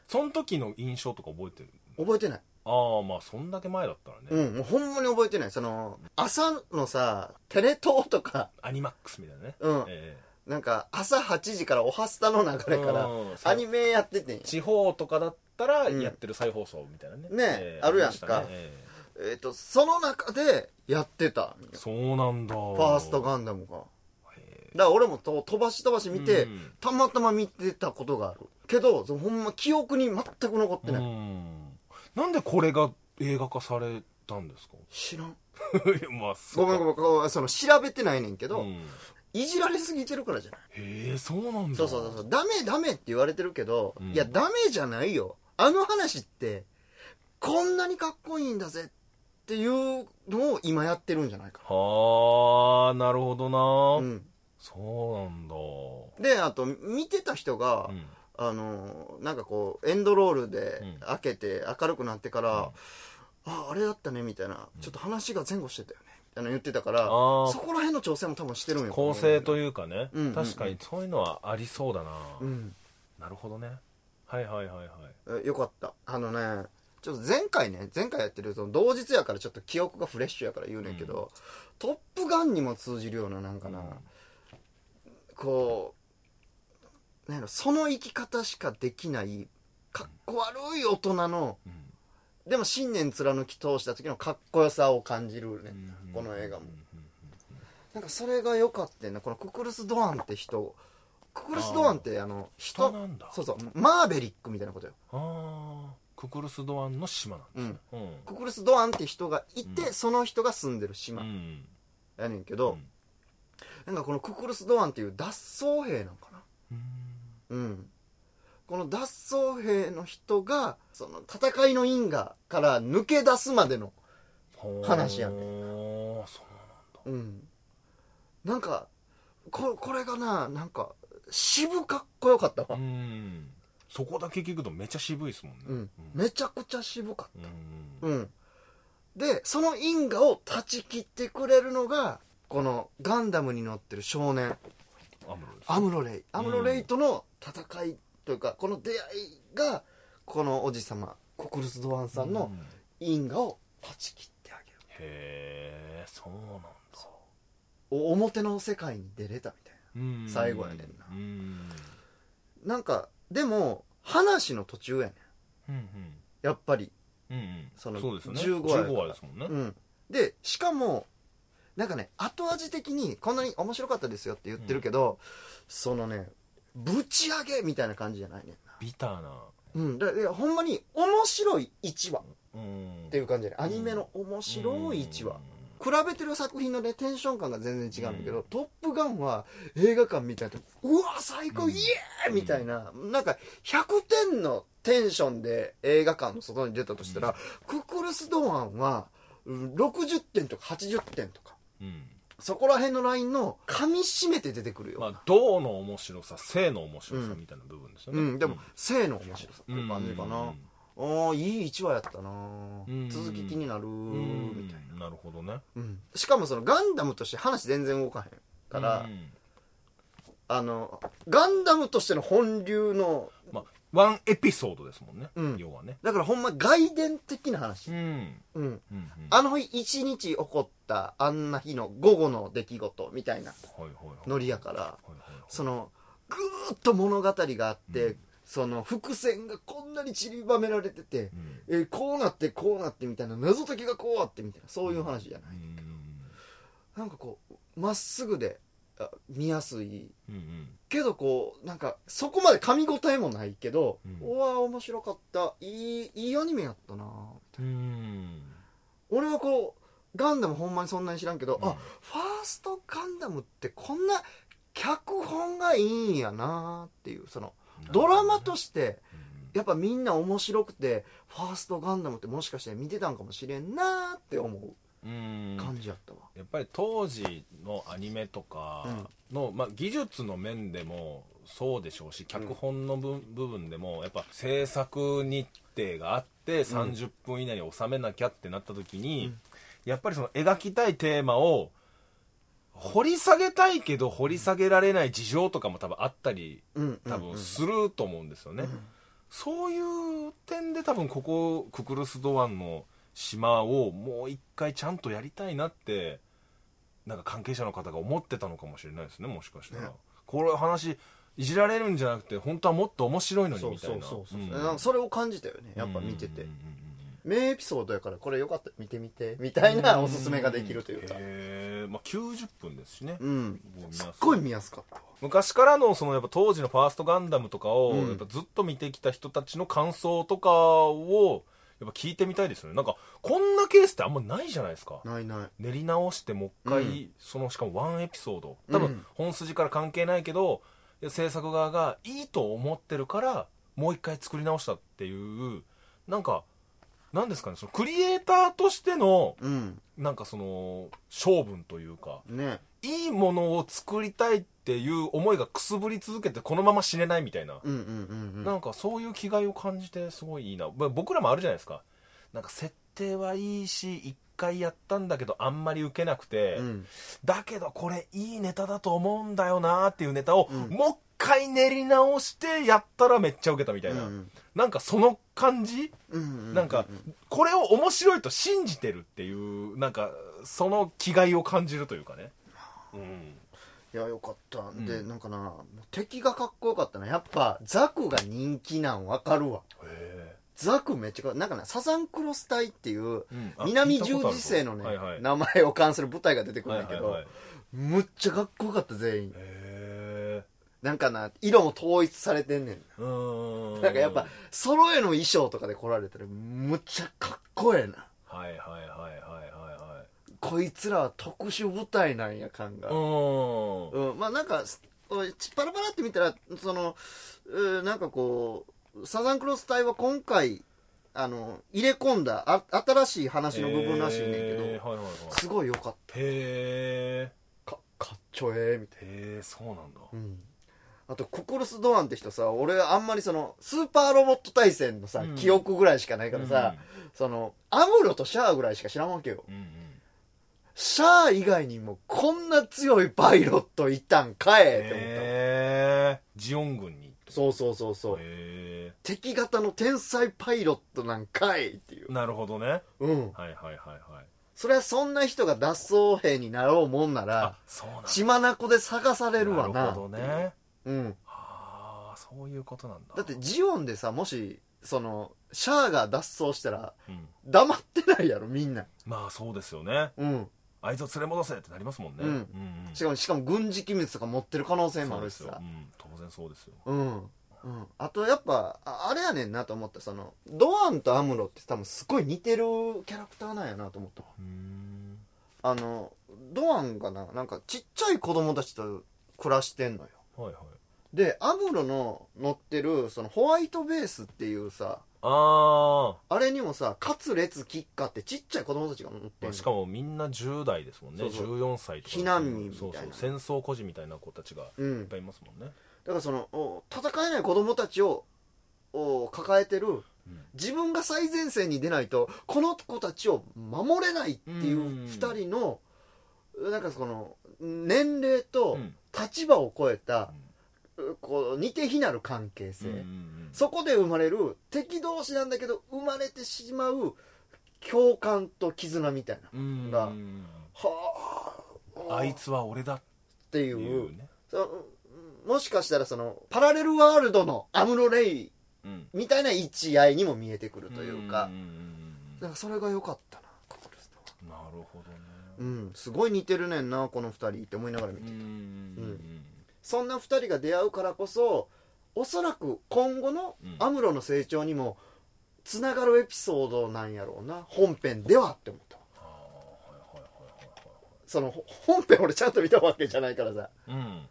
S2: その時の印象とか覚えてる
S1: 覚えてない。
S2: ああまあそんだけ前だったらね、
S1: うん、もうほんまに覚えてない。その、朝のさ、テレ東とか、
S2: アニマックスみたいなね、
S1: うん
S2: ええ
S1: なんか朝8時からおはスタの流れから
S2: うん、
S1: アニメやっててんや。
S2: 地方とかだったら
S1: うん
S2: やってる再放送みたいなね、
S1: ね
S2: ええ
S1: あるやん
S2: りました
S1: か
S2: ねえ
S1: えっ、と、その中でやってた。
S2: えそうなんだフ
S1: ファーストガンダムが。だか
S2: へ
S1: ら俺もと飛ばし飛ばし見て、
S2: うん
S1: たまたま見てたことがある。けど、そのほんま記憶に全く残っ
S2: え
S1: てない。
S2: うんなんでこれが映画化されたん ですか
S1: 知らん。
S2: いやまあ
S1: ごめんご
S2: ん
S1: めんごめん、その調べてないねんけど、
S2: うん、
S1: いじられすぎてるからじゃない
S2: へえそうなんだ
S1: そうそうそうそうダメダメって言われてるけど、
S2: うん
S1: いやダメじゃないよあの話ってこんなにかっこいいんだぜっていうのを今やってるんじゃないか
S2: はあなるほど
S1: な、
S2: な、
S1: うん、
S2: そうなんだ
S1: であと見てた人が、
S2: うん
S1: あのなんかこうエンドロールで
S2: うん
S1: 開けて明るくなってから、ああれだったねみたいなちょっと話が前後してたよねみたいな言ってたから
S2: あー
S1: そこら辺の調整も多分してるんよ
S2: 構成というかね、
S1: うんうんうん
S2: 確かにそういうのはありそうだな、
S1: うん
S2: なるほどねはいはいはいはい
S1: えよかったあのねちょっと前回ね前回やってるその同日やからちょっと記憶がフレッシュやから言うねんけど「トップガン」にも通じるようななんかな、こうなんやろその生き方しかできないかっこ悪い大人の
S2: うん
S1: でも信念貫き通した時のかっこよさを感じるね、
S2: うん
S1: この映画も
S2: うんうん
S1: なんかそれが良かったよなこのククルス・ドアンって人ククルス・ドアンってあの人
S2: 人なんだ
S1: そうそうマーベリックみたいなことよ
S2: ああククルス・ドアンの島なんですねうん、
S1: ククルス・ドアンって人がいて、
S2: う
S1: その人が住んでる島
S2: うん
S1: やねんけど、なんかこのククルス・ドアンっていう脱走兵なんかな
S2: うん
S1: うんこの脱走兵の人がその戦いの因果から抜け出すまでの
S2: ほー
S1: 話やね
S2: そう
S1: うんなんかここれがななんか渋かっこよかった
S2: な
S1: わ
S2: んだうんそこだけ聞くとめっちゃ渋いですもんね
S1: うん、
S2: うん
S1: めちゃくちゃ渋かった
S2: うん
S1: うんでその因果を断ち切ってくれるのがこのガンダムに乗ってる少年
S2: アムロです
S1: アムロレイアムロレイとの戦いというか、この出会いがこのおじさまコクルス・ドアンさん
S2: う
S1: の
S2: んへ
S1: 因果を断ち切ってあげる、
S2: えそうなんだ
S1: お表の世界に出れたみたい
S2: うん
S1: 最後やねんな
S2: うん
S1: ななんかでも話の途中やねん
S2: うんうん
S1: やっぱり
S2: うんうん
S1: その
S2: そうですよね
S1: 15話やから
S2: 話ですもんね、
S1: うんでしかもなんかね後味的にこんなに面白かったですよって言ってるけど、そのねぶち上げみたいな感じじゃないねんな
S2: ビターな
S1: うんだいやほんまに面白い1話
S2: うん
S1: っていう感じやねんアニメの面白い1話、比べてる作品のねテンション感が全然違うんだけど「
S2: うん
S1: トップガン」は映画館見たいとうわ最高、
S2: うん
S1: イエーイみたいな、なんか100点のテンションで映画館の外に出たとしたら、ククルス・ドアンはうん60点とか80点とか
S2: うん、
S1: そこら辺のラインの噛み締めて出てくるよ、
S2: まあ銅の面白さ性の面白さみたいな部分ですよね、
S1: うん、でも、性の面白さっていう感じかな、
S2: うん
S1: あーいい1話やったな、
S2: ん
S1: 続き気になる
S2: う
S1: み
S2: ん
S1: たいな、
S2: なるほどね
S1: うんしかもそのガンダムとして話全然動かへんから、
S2: うん
S1: あの、ガンダムとしての本流の、
S2: まあワンエピソードですもんね、
S1: うん
S2: 要はね
S1: だからほんま外伝的な話
S2: う。ん
S1: うん。
S2: うんうん
S1: あの日一日起こったあんな日の午後の出来事みたいな
S2: はいはいはい
S1: ノリやから、
S2: はいはいはい
S1: その、ぐーっと物語があって、
S2: うん
S1: その伏線がこんなに散りばめられてて
S2: う、ん
S1: えーこうなってこうなってみたいな謎解きがこうあってみたいなそういう話じゃない、なんかこうまっすぐであ見やすい
S2: うんうん
S1: けどこうなんかそこまで噛み応えもないけど、
S2: う
S1: うんわー面白かったいいいいアニメやったな
S2: うんうん
S1: 俺はこうガンダムほんまにそんなに知らんけど、
S2: うん
S1: あファーストガンダムってこんな脚本がいいんやなっていうそのドラマとして
S2: うん
S1: やっぱみんな面白くてファーストガンダムってもしかして見てたんかもしれんなって思う
S2: うん
S1: 感じやったわ、
S2: やっぱり当時のアニメとかの、まあ、技術の面でもそうでしょうし脚本のぶ、部分でもやっぱ制作日程があって30分以内に収めなきゃってなった時に、
S1: うん
S2: やっぱりその描きたいテーマを掘り下げたいけど掘り下げられない事情とかも多分あったり
S1: うんうんうん
S2: 多分すると思うんですよね、そういう点で多分ここククルス・ドアンの島をもう一回ちゃんとやりたいなってなんか関係者の方が思ってたのかもしれないですねもしかしたら、
S1: ね
S2: これ話いじられるんじゃなくて本当はもっと面白いのにみたいな
S5: そうそうそうそう
S2: うん
S1: なんかそれを感じたよねやっぱ見てて
S2: うんうんうん
S1: 名エピソードやからこれよかったら見てみてみたいなおすすめができるというか
S2: えーまあ、90分ですしね、
S1: うん
S2: もう見や
S1: す
S2: すい
S1: っごい見やすかったわ
S2: 昔からのそのやっぱ当時の「ファーストガンダム」とかを
S1: うん
S2: やっぱずっと見てきた人たちの感想とかをやっぱ聞いてみたいですよねなんかこんなケースってあんまないじゃないですか
S1: ないない
S2: 練り直してもう一回、
S1: う
S2: そのしかもワンエピソード
S1: うん
S2: 多分本筋から関係ないけど、いや制作側がいいと思ってるからもう一回作り直したっていうなんかなんですかねそのクリエイターとしての
S1: うん
S2: なんかその性分というか
S1: ね
S2: いいものを作りたいっていう思いがくすぶり続けてこのまま死ねないみたいな、
S1: うんうんうんうん
S2: なんかそういう気概を感じてすごいいいなまあ僕らもあるじゃないですかなんか設定はいいし一回やったんだけどあんまり受けなくて、
S1: うん
S2: だけどこれいいネタだと思うんだよなっていうネタを、
S1: うん
S2: もう一回練り直してやったらめっちゃ受けたみたいな、
S1: うん
S2: なんかその感じ、
S1: うん
S2: なんかこれを面白いと信じてるっていうなんかその気概を感じるというかねうん
S1: いやよかった
S2: ん
S1: でなんかな敵がかっこよかったなやっぱザクが人気なんわかるわ
S2: へ
S1: ザクめっちゃかなんかなサザンクロス隊っていう
S2: えうんあ
S1: 南
S2: 聞いた
S1: 十
S2: ことある
S1: 字星のね、
S2: はいはい
S1: 名前を冠する部隊が出てく
S2: は
S1: る
S2: い
S1: んだ
S2: はい
S1: けど、
S2: はいへ
S1: むっちゃかっこよかった全員
S2: え
S1: なんかな色も統一されてんねん
S2: うーん
S1: なんかやっぱ揃えの衣装とかで来られたらむっちゃかっこええな
S2: はいはいはいはいはいはい
S1: こいつらは特殊部隊なんや感が
S2: うーん
S1: うん、まあなんかすうんパラパラって見たらそのうんなんかこうサザンクロス隊は今回あの入れ込んだあ新しい話の部分らしいねんけど、
S2: へえはいはいはい
S1: すごいよかっ
S2: へえ
S1: たかかっちょええみたい
S2: へえそうなんだ
S1: な、うん、あとククルス・ドアンって人さ俺あんまりそのスーパーロボット対戦のさ、
S2: うん
S1: 記憶ぐらいしかないからさ、そのアムロとシャアぐらいしか知らんわけよ
S2: うんうん
S1: シャア以外にもこんな強いパイロットいたんかえって思った、
S2: へえジオン軍に
S1: そうそうそうそう、
S2: へ
S1: 敵型の天才パイロットなんかいっていう
S2: え。なるほどね
S1: うん。
S2: はいはいはいはい
S1: それはそんな人が脱走兵になろうもんなら、
S2: そうなんだ
S1: 血眼で探されるわな。
S2: なるほどね
S1: うん。
S2: ああそういうことなんだ
S1: だってジオンでさ、もし、その、シャアが脱走したら、
S2: うん
S1: 黙ってないやろ、みんな。
S2: まあそうですよね
S1: うん。
S2: あいつを連れ戻せってなりますもんね
S1: うん
S2: んうん
S1: しかも、しかも軍事機密とか持ってる可能性もあるし
S2: そうです
S1: さ
S2: よ。うん、当然そうですよ
S1: うん。うん、あとやっぱああれやねんなと思ったそのドアンとアムロって多分すごい似てるキャラクターなんやなと思った
S2: うん
S1: あのドアンがななんかちっちゃい子供たちと暮らしてんのよ
S2: はいはい
S1: でアムロの乗ってるそのホワイトベースっていうさ
S2: あ
S1: あれにもさ「カツレツキッカ」ってちっちゃい子供たちが乗って
S2: あ、
S1: んの
S2: しかもみんな10代ですもんね
S1: そうそう
S2: 14歳とか
S1: 避難民みたいな
S2: そうそう戦争孤児みたいな子たちが
S1: う
S2: いっ
S1: んだ
S2: ぱいいますもんね
S1: からそのお戦えない子供たちをお抱えてる
S2: うん
S1: 自分が最前線に出ないとこの子たちを守れないっていう
S2: うん
S1: 2人のなんかその年齢と
S2: うん
S1: 立場を超えたこう似て非なる関係性、
S2: うんうんうん
S1: そこで生まれる敵同士なんだけど生まれてしまう共感と絆みたいな
S2: うん
S1: がはあ
S2: あいつは俺だっ
S1: ってい
S2: て
S1: う
S2: いうね
S1: そのもしかしたらそのパラレルワールドのアムロ・レイ
S2: うん
S1: みたいな一愛にも見えてくるというか
S2: んんうん
S1: なんかそれが良かったなココルスとは
S2: うんなるほどね
S1: うんすごい似てるねんなこの2人って思いながら見
S2: う
S1: て
S2: んうん
S1: そんな2人が出会うからこそおそらく今後のアムロの成長にもつながるエピソードなんやろうな本編ではって思ったそのほ 本編俺ちゃんと見たわけじゃないからさ
S2: うんうん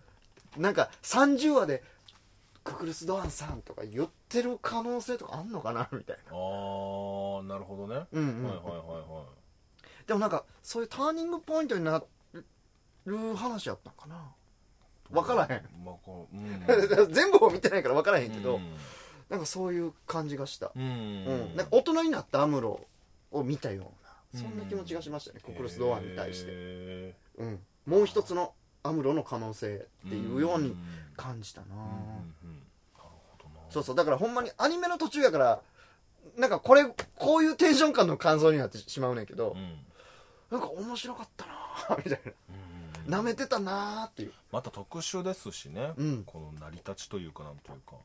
S1: なんか30話で「ククルス・ドアンさん」とか言ってる可能性とかあんのかなみたいな
S2: ああなるほどね
S1: うんうん、
S2: はいはいはいはい
S1: でもなんかそういうターニングポイントになる話やったんかな分からへん
S2: まあこううん
S1: 全部を見てないから分からへんけど、
S2: うん
S1: なんかそういう感じがした、
S2: うん
S1: うんなんか大人になったアムロを見たようなそんな気持ちがしましたね、コクロス・ドアンに対して、
S2: て
S1: うん、もう一つのアムロの可能性っていうように感じたな、
S2: うんうんうんなるほどな
S1: そうそうだからほんまにアニメの途中やからなんかこれこういうテンション感の感想になってしまうねんけど
S2: う、ん
S1: なんか面白かったなぁ みたいな舐めてたなぁっていう
S2: また特殊ですしね、
S1: うん
S2: この成り立ちというかなんというか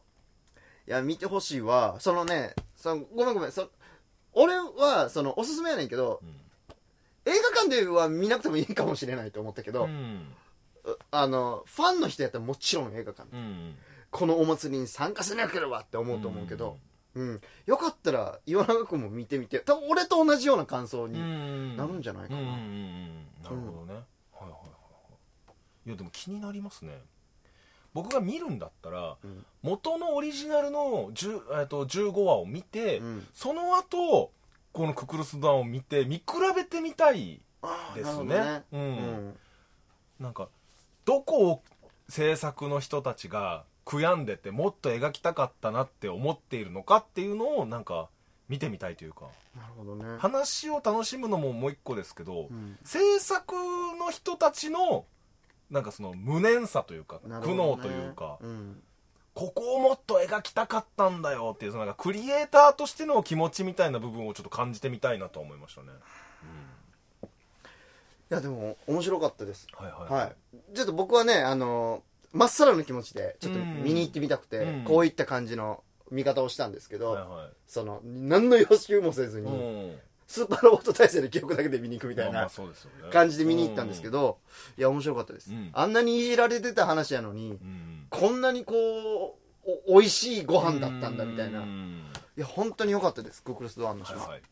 S1: いや見てほしいわそのねそのごめんごめんそ俺はそのおすすめやねんけど映画館では見なくてもいいかもしれないと思ったけど、
S2: うんうん
S1: あのファンの人やったらもちろん映画館
S2: うん
S1: このお祭りに参加しなければって思うと思うけど、うんよかったら岩永君も見てみて多分俺と同じような感想
S2: う
S1: に
S2: ん
S1: なるんじゃないかな、
S2: うんうんうんなるほどね、はいはいはいはいいやでも気になりますね僕が見るんだったら、
S1: うん
S2: 元のオリジナルの10えっと15話を見て、
S1: うん
S2: その後このククルス団を見て見比べてみたい
S1: あー
S2: で
S1: なる
S2: す
S1: ほど
S2: ねう、
S1: うんん
S2: なんかどこを制作の人たちが悔やんでてもっと描きたかったなって思っているのかっていうのをなんか見てみたいというか
S1: なるほどね、
S2: 話を楽しむのももう一個ですけど、
S1: うん
S2: 制作の人たちのなんかその無念さというか、
S1: なる
S2: 苦
S1: ほどね
S2: 悩というか、
S1: うん
S2: ここをもっと描きたかったんだよっていうそのなんかクリエイターとしての気持ちみたいな部分をちょっと感じてみたいなと思いましたね、
S1: いやでも面白かったです
S2: はいはい
S1: はいちょっと僕はねあのまっさらの気持ちでちょっと見に行ってみたくて、
S2: うん
S1: こういった感じの見方をしたんですけど、
S2: はいは
S1: その何の予習もせず
S2: い
S1: に、
S2: うん
S1: スーパーロボット大戦の記憶だけで見に行くみたい
S2: まあま
S1: な
S2: あそうですよね
S1: 感じで見に行ったんですけど、いや面白かったです、
S2: うん
S1: あんなにいじられてた話やのに、
S2: うんうん
S1: こんなにこうお美味しいご飯だったんだみたいな、い
S2: うん
S1: や本当に良かったですクックルス・ドアンの
S2: はい
S1: 島、
S2: はい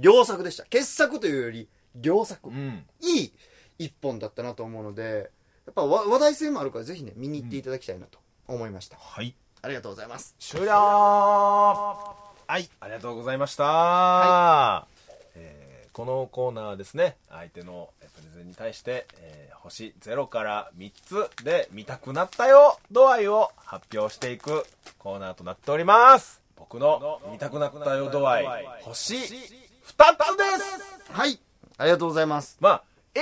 S1: 良作でした傑作というより良作、
S2: うん
S1: いい一本だったなと思うのでやっぱわ話題性もあるからぜひね見に行っていただきたいなと思いました、
S2: はい
S1: ありがとうございます
S2: 終了はいありがとうございました、えーこのコーナーはですね相手のえープレゼンに対して、えー星0から3つで見たくなったよ度合いを発表していくコーナーとなっております僕の見たくなったよ度合い星2つです
S1: はいありがとうございます
S2: まあ映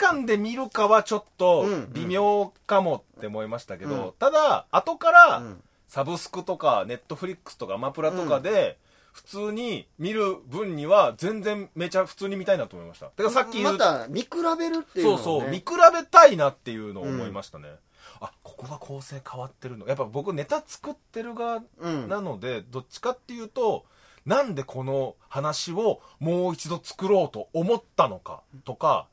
S2: 画館で見るかはちょっと
S1: うん
S2: 微妙かもって思いましたけど、
S1: うん
S2: ただ後から、
S1: うん
S2: サブスクとかネットフリックスとかアマプラとかで、普通に見る分には全然めちゃ普通に見たいなと思いましたてかさっき言
S1: ま
S2: う、た
S1: た見比べるっていうの
S2: そう
S1: をね
S2: そう見比べたいなっていうのを思いましたね、あここが構成変わってるのやっぱ僕ネタ作ってる側
S1: うん
S2: なので、どっちかっていうとなんでこの話をもう一度作ろうと思ったのかとか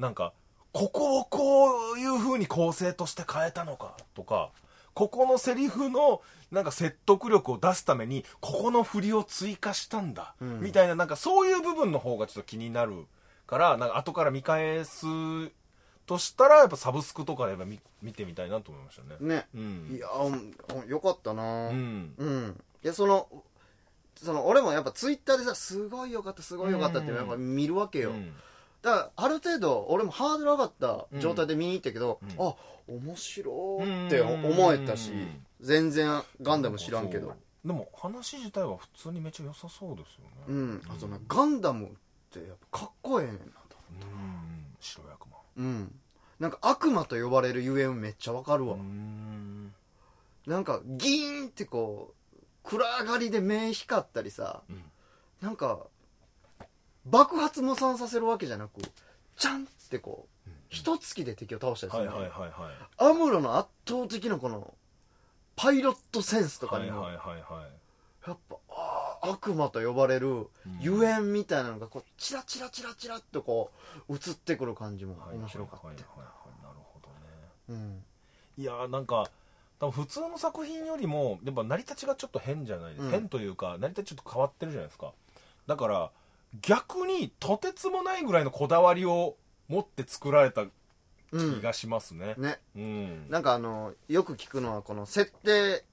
S2: なんかここをこういう風に構成として変えたのかとかここのセリフのなんか説得力を出すためにここの振りを追加したんだ、
S1: うん
S2: みたいななんかそういう部分の方がちょっと気になるからなんか後から見返すとしたらやっぱサブスクとかでやっぱ見見てみたいなと思いましたね。
S1: ね
S2: うん
S1: いやうんうんよかったな
S2: う
S1: うん、
S2: ん
S1: いやそのその俺もやっぱツイッターでさすごいよかったすごいよかったっていうのやっぱ見るわけよ、
S2: うん
S1: だからある程度俺もハードル上がった状態で見に行ったけど、
S2: うん
S1: あ面白いって思えたし、
S2: うん
S1: 全然ガンダム知らんけど
S2: そうでも話自体は普通にめっちゃ良さそうですよ
S1: う
S2: ね
S1: んあとねガンダムってやっぱかっこええねんなと
S2: うん白い悪魔
S1: うんなんか悪魔と呼ばれるゆえんめっちゃわかるわ、
S2: うん
S1: なんかギーンってこう暗がりで目光ったりさ、
S2: うん
S1: なんか爆発無産させるわけじゃなくチャンってこう一突きで敵を倒したりす
S2: はい
S1: る、
S2: はいはいはい
S1: アムロの圧倒的なこのパイロットセンスとか
S2: はいはい
S1: にも、
S2: はいはい
S1: やっぱあー悪魔と呼ばれるゆえんみたいなのがこうチラチラチラチラっとこう映ってくる感じも
S2: はい
S1: 面白かった、
S2: はいはいはいなるほどね
S1: うん
S2: いやーなんか多分普通の作品よりもやっぱ成り立ちがちょっと変じゃないですか、
S1: うん
S2: 変というか成り立ちちょっと変わってるじゃないですかだから逆にとてつもないぐらいのこだわりを持って作られた
S1: う
S2: 気
S1: ん
S2: がしますね、
S1: ね
S2: うん
S1: なんかあのよく聞くのはこの設定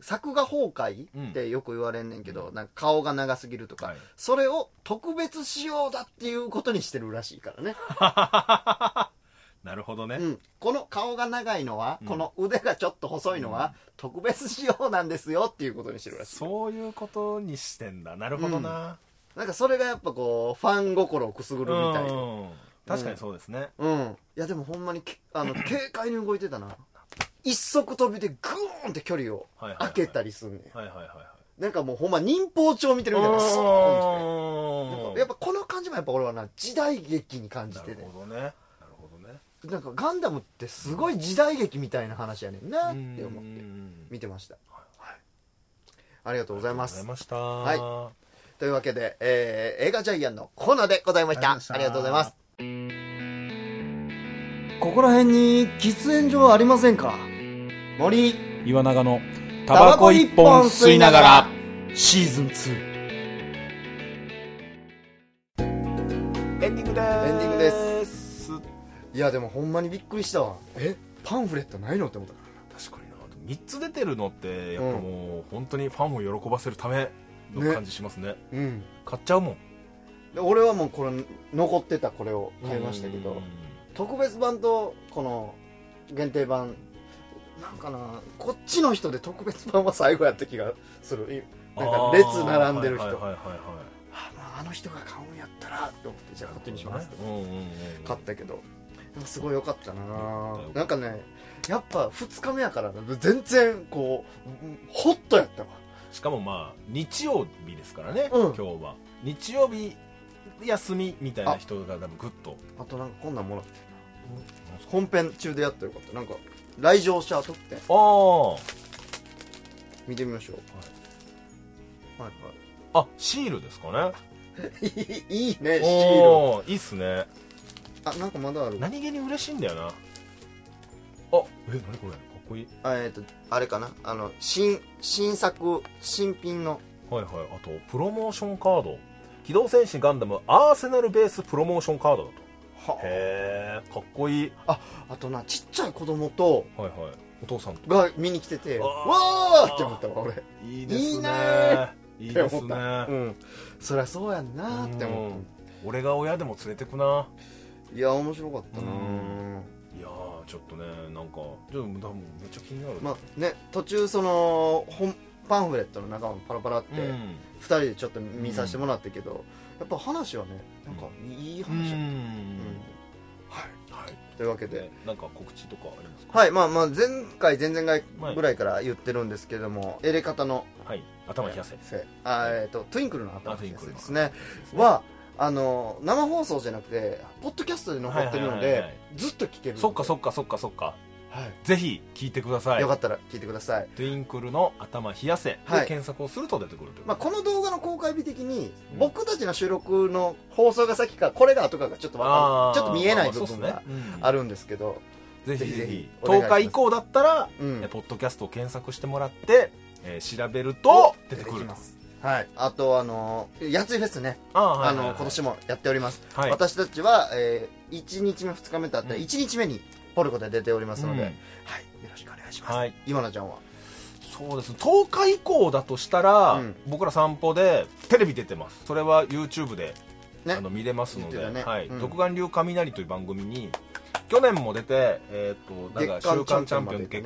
S1: 作画崩壊ってよく言われんねんけど、なんか顔が長すぎるとか、
S2: はい
S1: それを特別仕様だっていうことにしてるらしいからね、
S2: なるほどね、
S1: うん、この顔が長いのは、この腕がちょっと細いのは特別仕様なんですよっていうことにしてるらしい
S2: そういうことにしてんだなるほどな、
S1: なんかそれがやっぱこうファン心をくすぐるみたいな
S2: うん確かにそうですね、
S1: うんいやでもほんまにきあの軽快に動いてたな一足飛びでグーンって距離を
S2: はいはいはい
S1: 開けたりすんねん。
S2: はいはいはいはい
S1: なんかもうほんま忍法帳見てるみたいな。スーンってなんかやっ
S2: ぱ
S1: ぱこの感じもやっぱ俺はな、時代劇に感じ
S2: な
S1: て
S2: る
S1: ね。
S2: ほどねなるほどね
S1: なんかガンダムってすごい時代劇みたいな話やねんなっ
S2: うん
S1: て思って
S2: うん
S1: 見てました。はい。ありがとうございま
S2: あり
S1: す
S2: がとうござい。ました
S1: はというわけで、えー映画ジャイアンのコーナーでございました。
S2: ありがとうございました
S1: ありがとうございます。ここら辺に喫煙所ありませんか森、
S4: 岩永のタバコ一本吸いながら。
S1: シーズン2。
S2: エンデ
S1: エンディ
S2: ィングで
S1: ング
S2: ー
S1: ですいや、でもほんまにびっくりしたわ。えパンフレットないのって思ったか
S2: 確かにな3つ出てるのってやっぱもう本当にファンを喜ばせるための
S1: ね
S2: 感じしますね
S1: ら。うん。
S2: 買っちゃうもん
S1: で俺はもうこれ、残ってたこれを買いましたけ
S2: う
S1: ど
S2: ん、
S1: 特別版とこの限定版、なんかな、こっちの人で特別版は最後やった気がする。なんか列並んでる人
S2: あーはいはいはいはい
S1: あまああの人が買うんやったらって思ってじゃあ勝手にしますって
S2: うんうんうん
S1: 買ったけどなんかすごい良かったな
S2: かったよ
S1: なんかねやっぱ2日目やからな全然こううんホットやったわ
S2: しかもまあ日曜日ですからね、
S1: うん
S2: 今日は日曜日休みみたいな人が多分グッと
S1: あとなんかこんなんもらって本編中でやってよかったなんか来場者特典
S2: あ
S1: 見てみましょうはいは
S2: ああシールですかね
S1: いいい ねシール
S2: おーいいっすね
S1: あなんかまだある
S2: 何気に嬉しいんだよなあえ何これかっこいい
S1: あえっ、とあれかなあの新新作新品の
S2: はいはいあとプロモーションカード「機動戦士ガンダムアーセナルベースプロモーションカード」だ
S1: は
S2: とへえかっこいい
S1: あとなちっちゃい子供と
S2: はいはいお父さんと
S1: が見に来てて
S2: あ
S1: わ
S2: ー
S1: ーって思ったわ俺
S2: いい
S1: ですね
S2: いいねいい
S1: って
S2: で
S1: 思
S2: す
S1: っ
S2: ね
S1: たうんそりゃそうやんなーって
S2: う
S1: 思っ
S2: ん俺が親でも連れてくない
S1: たいや面白かったなー
S2: うんいやーちょっとねなんかちょっと多分めっちゃ気になる
S1: まあね途中その本パンフレットの中をパラパラって
S2: う
S1: 2
S2: ん
S1: 人でちょっと見させてもらったけどやっぱ話はねなんかいい
S2: うん
S1: 話や
S2: はい、はい
S1: というわけで
S2: でなんか告知とかありますか
S1: はいまあまあ前回前々回ぐらいから言ってるんですけどもエレカタの
S2: はい頭冷やせ
S1: せあーえっとトゥインクルの頭
S2: あトゥインクルの
S1: ですねはあの生放送じゃなくてポッドキャストで残ってるの
S2: はいはいはいは
S1: でずっと聞けるんで
S2: そっかそっかそっかそっか
S1: はい
S2: ぜひ聞いてください
S1: よかったら聞いてください、
S2: トゥインクルの頭冷やせで
S1: はい
S2: 検索をすると出てくるという
S1: まあ、この動画の公開日的に
S2: うん
S1: 僕たちの収録の放送が先かこれが後かがちょっとわ
S2: あー
S1: かるちょっと見えない部
S2: まあそう
S1: 分
S2: っすね
S1: が
S2: うん
S1: あるんですけど、
S2: ぜひ
S1: ぜひぜ
S2: ぜ
S1: ひ
S2: ひ
S1: お願いし
S2: 10
S1: ます
S2: 日以降だったら、
S1: うん
S2: えポッドキャストを検索してもらって、えー調べると出
S1: 出
S2: てく
S1: てき
S2: ると
S1: ますはい、あとあのやついフェスね、
S2: あー、はい
S1: あの今年
S2: も、
S1: もやっております、
S2: はい、
S1: 私たちは、えー、1日目2日目とあったら
S2: うん
S1: 1日目にポルコで出ておりますので、
S2: うん
S1: はいよろしくお願いします、
S2: はい
S1: 今菜ちゃんは
S2: そうです10日以降だとしたら、
S1: うん
S2: 僕ら散歩でテレビ出てますそれは YouTube で、
S1: ね
S2: あの見れますの
S1: 言っ
S2: で「
S1: てたね
S2: はい
S1: うん
S2: 独眼流雷」という番組に去年も出て、えー、となんか週
S1: 月間
S2: 間
S1: チ
S2: チ
S1: ャ
S2: ャ
S1: ン
S2: ン
S1: ピ
S2: ピ
S1: オ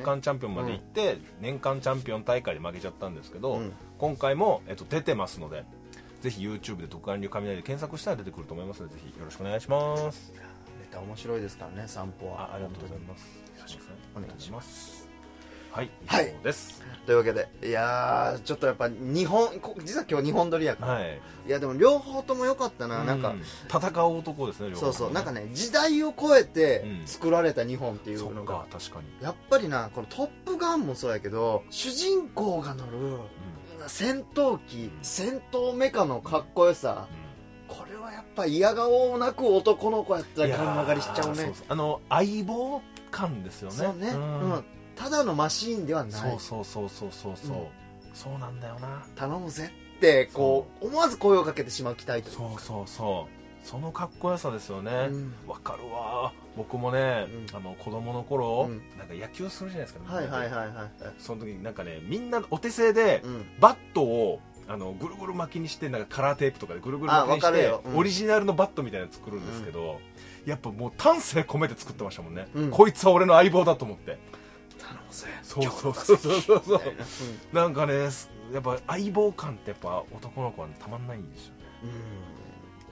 S2: オ
S1: ン
S2: ン、
S1: まで行ってね
S2: 月間チャンピオンまで行って、年間チャンピオン大会で負けちゃったんですけど、
S1: うん
S2: 今回も、えー、と出てますのでぜひ YouTube で独眼流雷で検索したら出てくると思いますのでぜひよろしくお願いします
S1: ネタ面白いですからね散歩は
S2: あありがとうございますよろしく
S1: お願いし
S2: ますはい以
S1: はい
S2: 上です、
S1: というわけでいやーちょっとやっぱ日本こ実は今日日本撮りやから、
S2: はい
S1: いやでも両方とも良かったな、なんか
S2: う戦う男ですね両方
S1: そうそうなんかね時代を超えて
S2: うん
S1: 作られた日本ってい
S2: そう
S1: の
S2: っ
S1: が
S2: か、確かに、
S1: やっぱりなこの「トップガン」もそうやけど主人公が乗る戦闘機戦闘メカのかっこよさこれはやっぱ嫌顔なく男の子やった
S2: い
S1: ら
S2: やー
S1: ガン曲がりしちゃうね
S2: そそあの相棒感ですよね
S1: そうね、うん
S2: ん
S1: ただのマシーンではな
S2: そ
S1: いう
S2: そうそうそうそうそう、そうなんだよな
S1: 頼むぜってこう思わず声をかけてしまう期待というか
S2: そうそうそうそのかっこよさですよね
S1: うん
S2: わ、かるわ僕もね、
S1: うん
S2: あの子供の頃、
S1: うん
S2: なんか野球するじゃないですかみんな
S1: は
S2: で
S1: いはいはいはい
S2: その時になんかねみんなお手製で、
S1: うん
S2: バットをあのぐるぐる巻きにしてなんかカラーテープとかでぐるぐる巻きに
S1: あ
S2: し
S1: わかる
S2: て
S1: よ、うん
S2: オリジナルのバットみたいなの作るんですけど、やっぱもう丹精込めて作ってましたもんね、
S1: うん
S2: こいつは俺の相棒だと思って
S1: 頼むぜ
S2: そうそうそうそうそうそ
S1: み
S2: う
S1: たいなうん
S2: なんかねすやっぱ相棒感ってやっぱ男の子はたまんないんですよね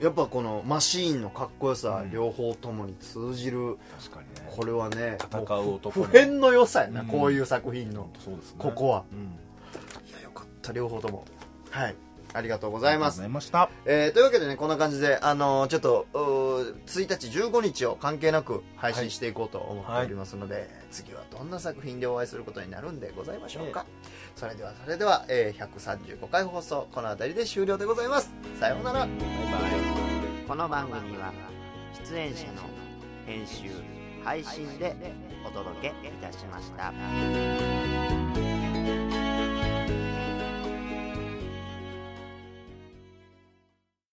S1: うんやっぱこのマシーンのかっこよさ、両方ともに通じる
S2: 確かにね
S1: これはね
S2: 戦う男
S1: 不
S2: の
S1: 変の良さやな、
S2: うん
S1: こういう作品の
S2: そうですね
S1: ここは
S2: うん
S1: いやよかった両方ともはいありがとうご
S2: あ
S1: ざいます
S2: りがとうございました
S1: えーというわけでねこんな感じで、あのーちょっとうー1日15日を関係なく配信していこうと思っておりますので、次はどんな作品でお会いすることになるんでございましょうか、それではそれでは、えー135回放送この辺りで終了でございますさようなら
S3: この番組は出演者の編集配信でお届けいたしました。